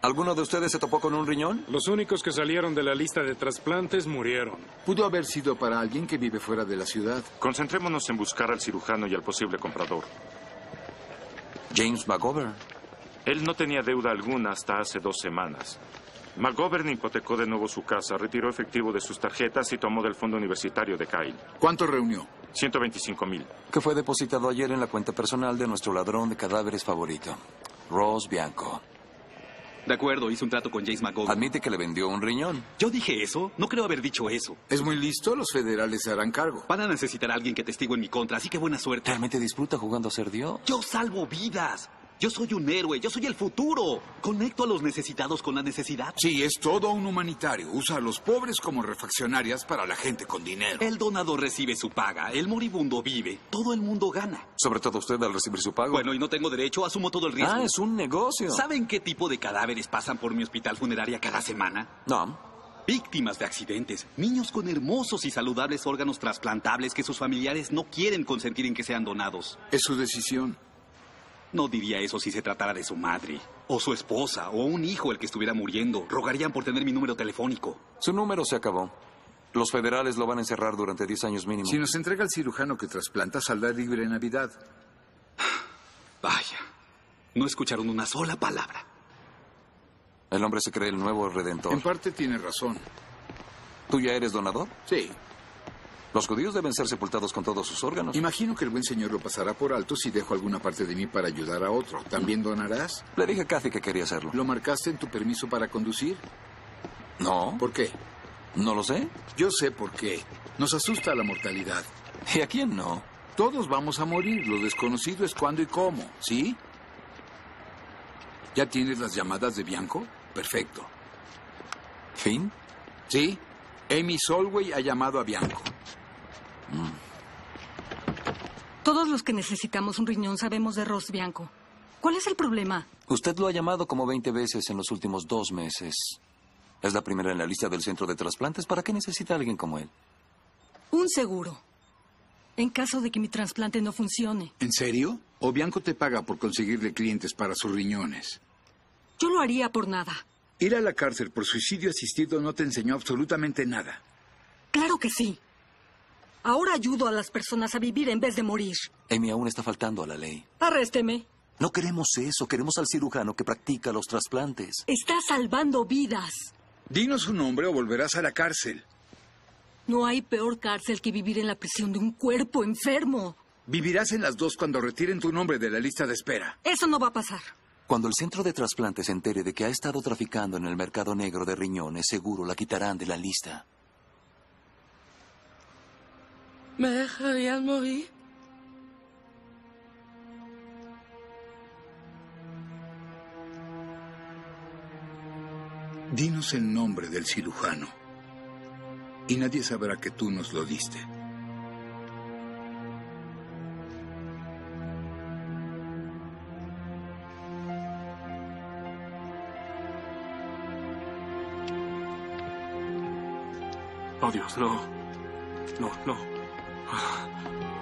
[SPEAKER 4] ¿Alguno de ustedes se topó con un riñón?
[SPEAKER 6] Los únicos que salieron de la lista de trasplantes murieron.
[SPEAKER 11] Pudo haber sido para alguien que vive fuera de la ciudad.
[SPEAKER 8] Concentrémonos en buscar al cirujano y al posible comprador.
[SPEAKER 4] James McGovern.
[SPEAKER 8] Él no tenía deuda alguna hasta hace dos semanas. McGovern hipotecó de nuevo su casa, retiró efectivo de sus tarjetas y tomó del fondo universitario de Kyle.
[SPEAKER 11] ¿Cuánto reunió?
[SPEAKER 8] 125 mil.
[SPEAKER 4] Que fue depositado ayer en la cuenta personal de nuestro ladrón de cadáveres favorito, Ross Bianco.
[SPEAKER 18] De acuerdo, hizo un trato con James McGovern.
[SPEAKER 4] Admite que le vendió un riñón.
[SPEAKER 18] Yo dije eso. No creo haber dicho eso.
[SPEAKER 11] Es muy listo, los federales se harán cargo.
[SPEAKER 18] Van a necesitar a alguien que testigo en mi contra, así que buena suerte.
[SPEAKER 4] Realmente disfruta jugando a ser Dios.
[SPEAKER 18] Yo salvo vidas. Yo soy un héroe. Yo soy el futuro. Conecto a los necesitados con la necesidad.
[SPEAKER 11] Sí, es todo un humanitario. Usa a los pobres como refaccionarias para la gente con dinero.
[SPEAKER 18] El donador recibe su paga. El moribundo vive. Todo el mundo gana.
[SPEAKER 4] Sobre todo usted al recibir su pago.
[SPEAKER 18] Bueno, y no tengo derecho. Asumo todo el riesgo.
[SPEAKER 4] Ah, es un negocio.
[SPEAKER 18] ¿Saben qué tipo de cadáveres pasan por mi hospital funeraria cada semana?
[SPEAKER 4] No.
[SPEAKER 18] Víctimas de accidentes, niños con hermosos y saludables órganos trasplantables que sus familiares no quieren consentir en que sean donados.
[SPEAKER 11] Es su decisión.
[SPEAKER 18] No diría eso si se tratara de su madre, o su esposa, o un hijo el que estuviera muriendo. Rogarían por tener mi número telefónico.
[SPEAKER 4] Su número se acabó. Los federales lo van a encerrar durante 10 años mínimo.
[SPEAKER 11] Si nos entrega el cirujano que trasplanta, saldrá libre en Navidad.
[SPEAKER 18] Vaya, no escucharon una sola palabra.
[SPEAKER 4] El hombre se cree el nuevo redentor.
[SPEAKER 11] En parte tiene razón.
[SPEAKER 4] ¿Tú ya eres donador?
[SPEAKER 11] Sí.
[SPEAKER 4] Los judíos deben ser sepultados con todos sus órganos.
[SPEAKER 11] Imagino que el buen señor lo pasará por alto si dejo alguna parte de mí para ayudar a otro. ¿También donarás?
[SPEAKER 4] Le dije a Kathy que quería hacerlo.
[SPEAKER 11] ¿Lo marcaste en tu permiso para conducir?
[SPEAKER 4] No.
[SPEAKER 11] ¿Por qué?
[SPEAKER 4] No lo sé.
[SPEAKER 11] Yo sé por qué. Nos asusta la mortalidad.
[SPEAKER 4] ¿Y a quién no?
[SPEAKER 11] Todos vamos a morir. Lo desconocido es cuándo y cómo, ¿sí? ¿Ya tienes las llamadas de Bianco? Perfecto.
[SPEAKER 4] ¿Fin?
[SPEAKER 11] Sí. Amy Solway ha llamado a Bianco.
[SPEAKER 22] Todos los que necesitamos un riñón sabemos de Ross Bianco. ¿Cuál es el problema?
[SPEAKER 4] Usted lo ha llamado como 20 veces en los últimos dos meses. Es la primera en la lista del centro de trasplantes. ¿Para qué necesita alguien como él?
[SPEAKER 22] Un seguro. En caso de que mi trasplante no funcione.
[SPEAKER 11] ¿En serio? ¿O Bianco te paga por conseguirle clientes para sus riñones?
[SPEAKER 22] Yo lo haría por nada.
[SPEAKER 11] Ir a la cárcel por suicidio asistido no te enseñó absolutamente nada.
[SPEAKER 22] Claro que sí. Ahora ayudo a las personas a vivir en vez de morir.
[SPEAKER 4] Amy aún está faltando a la ley.
[SPEAKER 22] Arrésteme.
[SPEAKER 4] No queremos eso, queremos al cirujano que practica los trasplantes.
[SPEAKER 22] Está salvando vidas.
[SPEAKER 11] Dinos su nombre o volverás a la cárcel.
[SPEAKER 22] No hay peor cárcel que vivir en la prisión de un cuerpo enfermo.
[SPEAKER 11] Vivirás en las dos cuando retiren tu nombre de la lista de espera.
[SPEAKER 22] Eso no va a pasar.
[SPEAKER 4] Cuando el centro de trasplantes se entere de que ha estado traficando en el mercado negro de riñones, seguro la quitarán de la lista.
[SPEAKER 1] ¿Me dejarían morir?
[SPEAKER 11] Dinos el nombre del cirujano. Y nadie sabrá que tú nos lo diste.
[SPEAKER 7] Oh, Dios, no. No, no.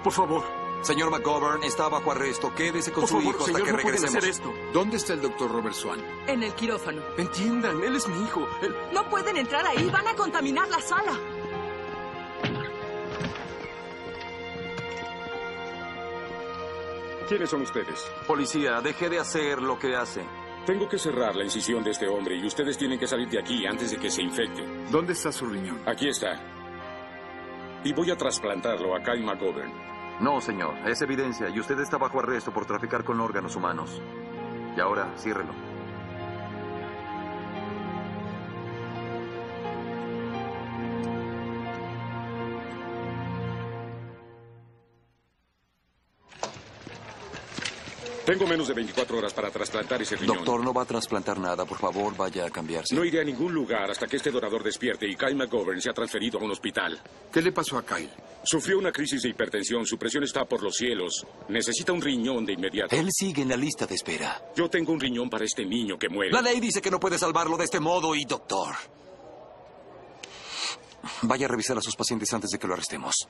[SPEAKER 7] Por favor.
[SPEAKER 4] Señor McGovern, está bajo arresto. Quédese con
[SPEAKER 7] Por
[SPEAKER 4] su
[SPEAKER 7] favor,
[SPEAKER 4] hijo hasta
[SPEAKER 7] señor,
[SPEAKER 4] que
[SPEAKER 7] no pueden
[SPEAKER 4] regresemos.
[SPEAKER 7] hacer esto.
[SPEAKER 11] ¿Dónde está el doctor Robert Swan?
[SPEAKER 1] En el quirófano.
[SPEAKER 7] Entiendan, él es mi hijo. Él-
[SPEAKER 1] No pueden entrar ahí, van a contaminar la sala.
[SPEAKER 3] ¿Quiénes son ustedes?
[SPEAKER 2] Policía, deje de hacer lo que hace.
[SPEAKER 3] Tengo que cerrar la incisión de este hombre y ustedes tienen que salir de aquí antes de que se infecte.
[SPEAKER 11] ¿Dónde está su riñón?
[SPEAKER 3] Aquí está. Y voy a trasplantarlo a Kyle McGovern.
[SPEAKER 4] No, señor, es evidencia y usted está bajo arresto por traficar con órganos humanos. Y ahora, ciérrelo.
[SPEAKER 3] Tengo menos de 24 horas para trasplantar ese riñón.
[SPEAKER 4] Doctor, no va a trasplantar nada. Por favor, vaya a cambiarse.
[SPEAKER 3] No iré a ningún lugar hasta que este donador despierte y Kyle McGovern se ha transferido a un hospital.
[SPEAKER 11] ¿Qué le pasó a Kyle?
[SPEAKER 3] Sufrió una crisis de hipertensión. Su presión está por los cielos. Necesita un riñón de inmediato.
[SPEAKER 4] Él sigue en la lista de espera.
[SPEAKER 3] Yo tengo un riñón para este niño que muere.
[SPEAKER 4] La ley dice que no puede salvarlo de este modo y, doctor. Vaya a revisar a sus pacientes antes de que lo arrestemos.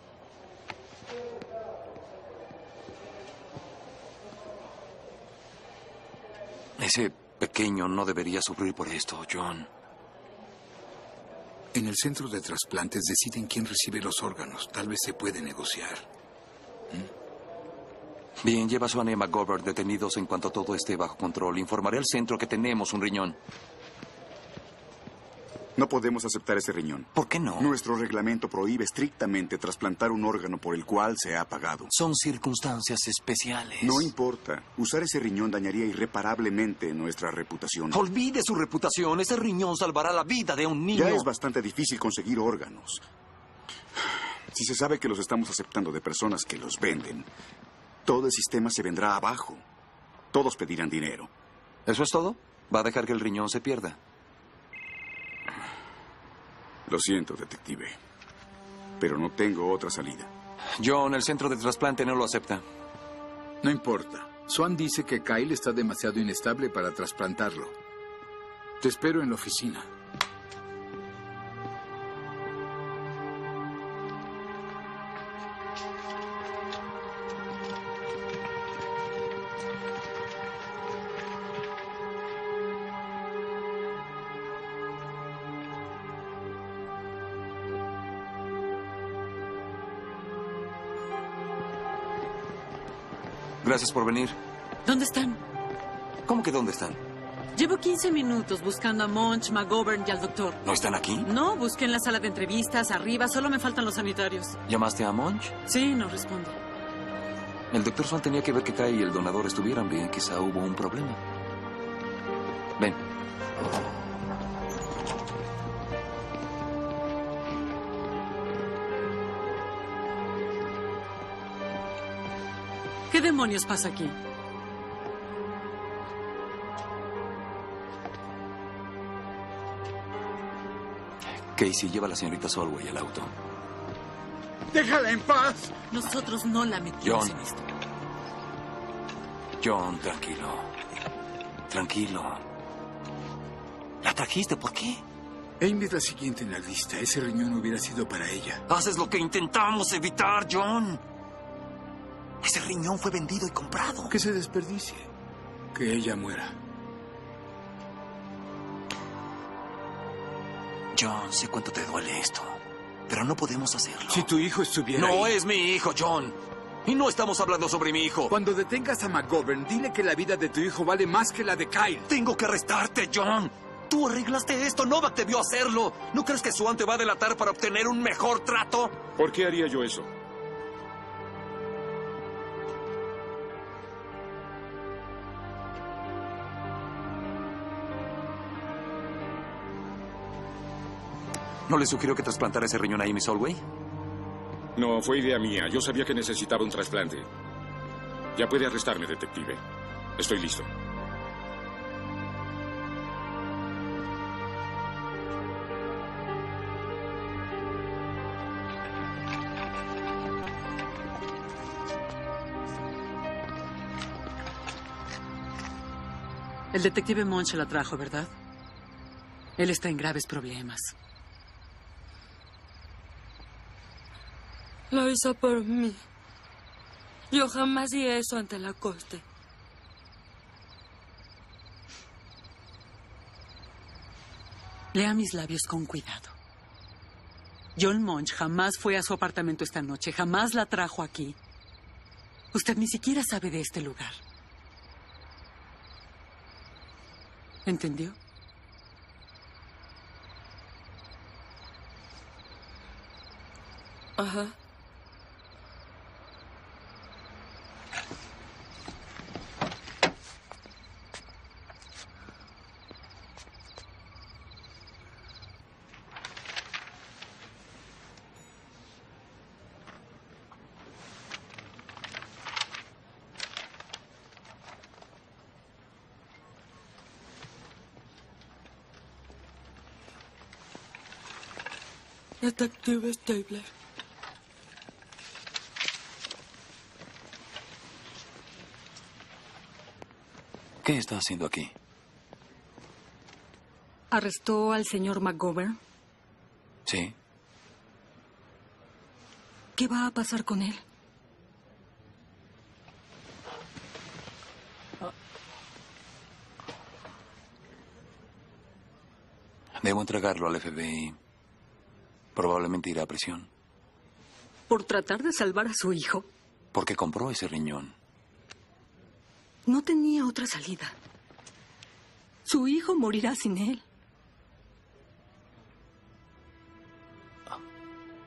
[SPEAKER 4] Ese pequeño no debería sufrir por esto, John.
[SPEAKER 11] En el centro de trasplantes deciden quién recibe los órganos. Tal vez se puede negociar.
[SPEAKER 4] Bien, lleva a Swan y a McGovern detenidos en cuanto todo esté bajo control. Informaré al centro que tenemos un riñón.
[SPEAKER 21] No podemos aceptar ese riñón.
[SPEAKER 4] ¿Por qué no?
[SPEAKER 21] Nuestro reglamento prohíbe estrictamente trasplantar un órgano por el cual se ha pagado.
[SPEAKER 4] Son circunstancias especiales.
[SPEAKER 21] No importa. Usar ese riñón dañaría irreparablemente nuestra reputación.
[SPEAKER 4] Olvide su reputación. Ese riñón salvará la vida de un niño.
[SPEAKER 21] Ya es bastante difícil conseguir órganos. Si se sabe que los estamos aceptando de personas que los venden, todo el sistema se vendrá abajo. Todos pedirán dinero.
[SPEAKER 4] ¿Eso es todo? ¿Va a dejar que el riñón se pierda?
[SPEAKER 21] Lo siento, detective. Pero no tengo otra salida.
[SPEAKER 4] John, el centro de trasplante no lo acepta.
[SPEAKER 11] No importa. Swan dice que Kyle está demasiado inestable para trasplantarlo. Te espero en la oficina.
[SPEAKER 4] Gracias por venir.
[SPEAKER 20] ¿Dónde están?
[SPEAKER 4] ¿Cómo que dónde están?
[SPEAKER 20] Llevo 15 minutos buscando a Monch, McGovern y al doctor.
[SPEAKER 4] ¿No están aquí?
[SPEAKER 20] No, busqué en la sala de entrevistas, arriba, solo me faltan los sanitarios.
[SPEAKER 4] ¿Llamaste a Monch?
[SPEAKER 20] Sí, no responde.
[SPEAKER 4] El doctor Swan tenía que ver que Kai y el donador estuvieran bien. Quizá hubo un problema. Ven.
[SPEAKER 20] ¿Qué demonios pasa aquí?
[SPEAKER 4] Casey lleva a la señorita Solway al auto.
[SPEAKER 11] ¡Déjala en paz!
[SPEAKER 20] Nosotros no la metimos
[SPEAKER 4] John.
[SPEAKER 20] en esto.
[SPEAKER 4] John, tranquilo. Tranquilo. ¿La trajiste? ¿Por qué?
[SPEAKER 11] Amy es la siguiente en la lista. Ese riñón hubiera sido para ella.
[SPEAKER 4] Haces lo que intentamos evitar, John. Ese riñón fue vendido y comprado.
[SPEAKER 11] Que se desperdicie. Que ella muera.
[SPEAKER 4] John, sé cuánto te duele esto, pero no podemos hacerlo.
[SPEAKER 11] Si tu hijo estuviera
[SPEAKER 4] no
[SPEAKER 11] ahí-
[SPEAKER 4] es mi hijo, John. Y no estamos hablando sobre mi hijo.
[SPEAKER 11] Cuando detengas a McGovern, dile que la vida de tu hijo vale más que la de Kyle.
[SPEAKER 4] Tengo que arrestarte, John. Tú arreglaste esto. Novak te vio hacerlo. ¿No crees que Swan te va a delatar para obtener un mejor trato?
[SPEAKER 3] ¿Por qué haría yo eso?
[SPEAKER 4] ¿No le sugiero que trasplantara ese riñón a Amy Solway?
[SPEAKER 3] No, fue idea mía. Yo sabía que necesitaba un trasplante. Ya puede arrestarme, detective. Estoy listo.
[SPEAKER 20] El detective Monch la trajo, ¿verdad? Él está en graves problemas.
[SPEAKER 10] Lo hizo por mí. Yo jamás hice eso ante la corte.
[SPEAKER 20] Lea mis labios con cuidado. John Monch jamás fue a su apartamento esta noche, jamás la trajo aquí. Usted ni siquiera sabe de este lugar. ¿Entendió?
[SPEAKER 25] Uh-huh.
[SPEAKER 10] Ajá. Detective Stabler.
[SPEAKER 4] ¿Qué está haciendo aquí?
[SPEAKER 22] ¿Arrestó al señor McGovern?
[SPEAKER 4] Sí.
[SPEAKER 22] ¿Qué va a pasar con él?
[SPEAKER 4] Debo entregarlo al FBI. Probablemente irá a prisión.
[SPEAKER 22] ¿Por tratar de salvar a su hijo?
[SPEAKER 4] Porque compró ese riñón.
[SPEAKER 22] No tenía otra salida. Su hijo morirá sin él.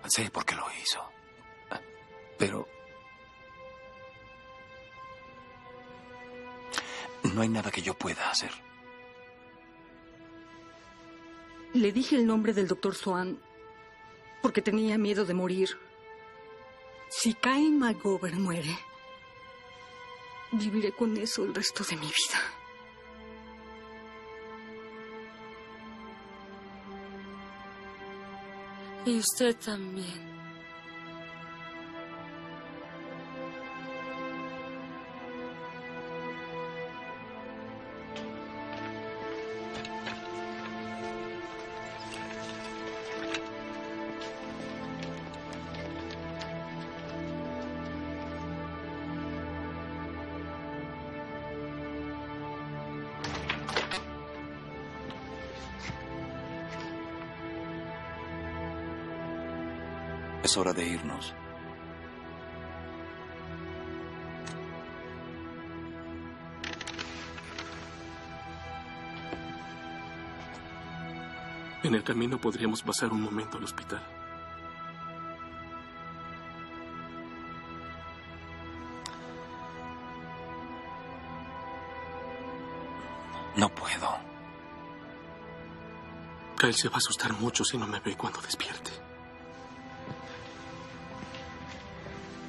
[SPEAKER 4] Sé por qué lo hizo. Pero... No hay nada que yo pueda hacer.
[SPEAKER 22] Le dije el nombre del doctor Swan porque tenía miedo de morir. Si Cain McGovern muere, viviré con eso el resto de mi vida.
[SPEAKER 10] Y usted también.
[SPEAKER 4] Es hora de irnos.
[SPEAKER 12] En el camino podríamos pasar un momento al hospital.
[SPEAKER 4] No puedo.
[SPEAKER 12] Kyle se va a asustar mucho si no me ve cuando despierte.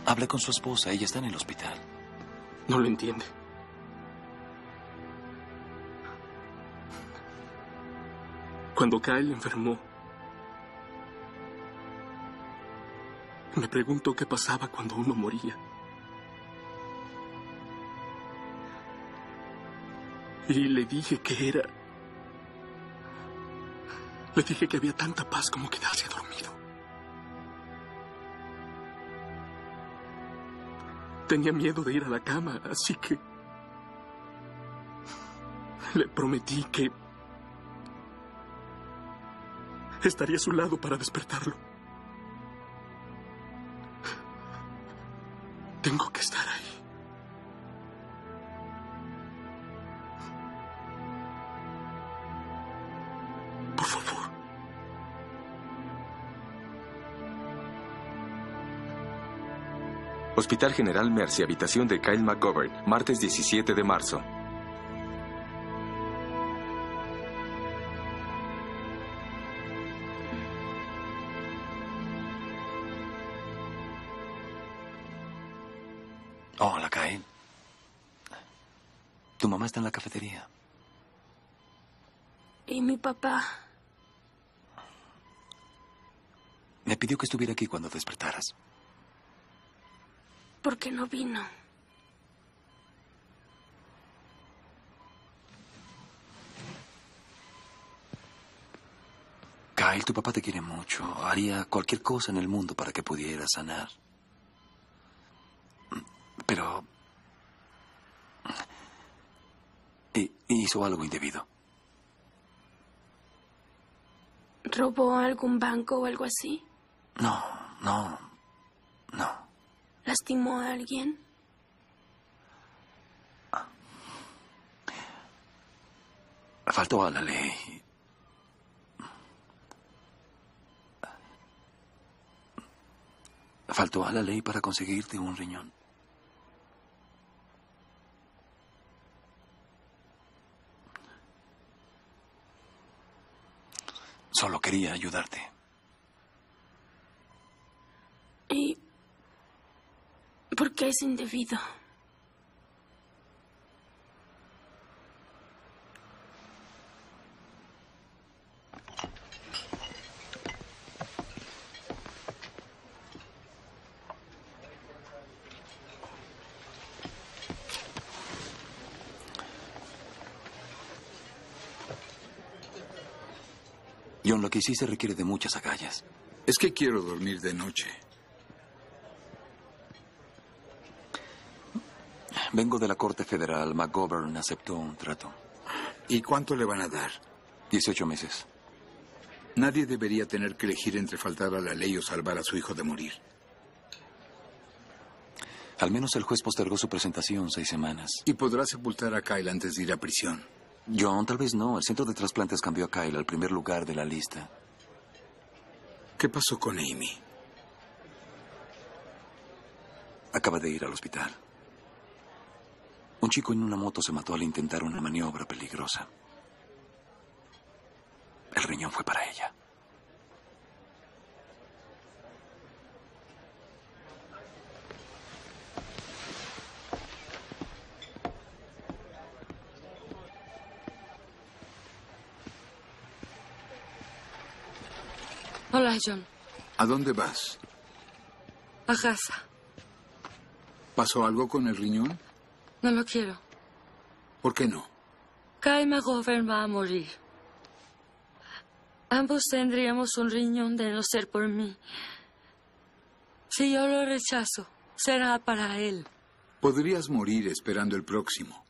[SPEAKER 4] Hable con su esposa, ella está en el hospital.
[SPEAKER 12] No lo entiende. Cuando Kyle enfermó, me preguntó qué pasaba cuando uno moría. Y le dije que era... Le dije que había tanta paz como quedarse dormido. Tenía miedo de ir a la cama, así que... Le prometí que... Estaría a su lado para despertarlo. Tengo que estar ahí. Por favor.
[SPEAKER 7] Hospital General Mercy, habitación de Kyle McGovern, martes 17 de marzo.
[SPEAKER 4] Hola, Kyle. Oh, Tu mamá está en la cafetería.
[SPEAKER 23] ¿Y mi papá?
[SPEAKER 4] Me pidió que estuviera aquí cuando despertaras.
[SPEAKER 23] ¿Por qué no vino?
[SPEAKER 4] Kyle, tu papá te quiere mucho. Haría cualquier cosa en el mundo para que pudieras sanar. Pero... hi- eh, Hizo algo indebido.
[SPEAKER 23] ¿Robó a algún banco o algo así?
[SPEAKER 4] No, no, no.
[SPEAKER 23] ¿Lastimó a alguien?
[SPEAKER 4] Faltó a la ley. Faltó a la ley para conseguirte un riñón. Solo quería ayudarte.
[SPEAKER 23] ¿Y por qué es indebido?
[SPEAKER 4] John, lo que hiciste requiere de muchas agallas.
[SPEAKER 11] Es que quiero dormir de noche.
[SPEAKER 4] Vengo de la Corte Federal. McGovern aceptó un trato.
[SPEAKER 11] ¿Y cuánto le van a dar?
[SPEAKER 4] 18 meses.
[SPEAKER 11] Nadie debería tener que elegir entre faltar a la ley o salvar a su hijo de morir.
[SPEAKER 4] Al menos el juez postergó su presentación seis semanas.
[SPEAKER 11] Y podrá sepultar a Kyle antes de ir a prisión.
[SPEAKER 4] John, tal vez no. El centro de trasplantes cambió a Kyle al primer lugar de la lista.
[SPEAKER 11] ¿Qué pasó con Amy?
[SPEAKER 4] Acaba de ir al hospital. Un chico en una moto se mató al intentar una maniobra peligrosa. El riñón fue para ella.
[SPEAKER 25] Hola, John.
[SPEAKER 11] ¿A dónde vas?
[SPEAKER 25] A casa.
[SPEAKER 11] ¿Pasó algo con el riñón?
[SPEAKER 25] No lo quiero.
[SPEAKER 11] ¿Por qué no?
[SPEAKER 25] Kyle McGovern va a morir. Ambos tendríamos un riñón de no ser por mí. Si yo lo rechazo, será para él.
[SPEAKER 11] Podrías morir esperando el próximo.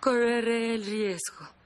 [SPEAKER 25] Correré el riesgo.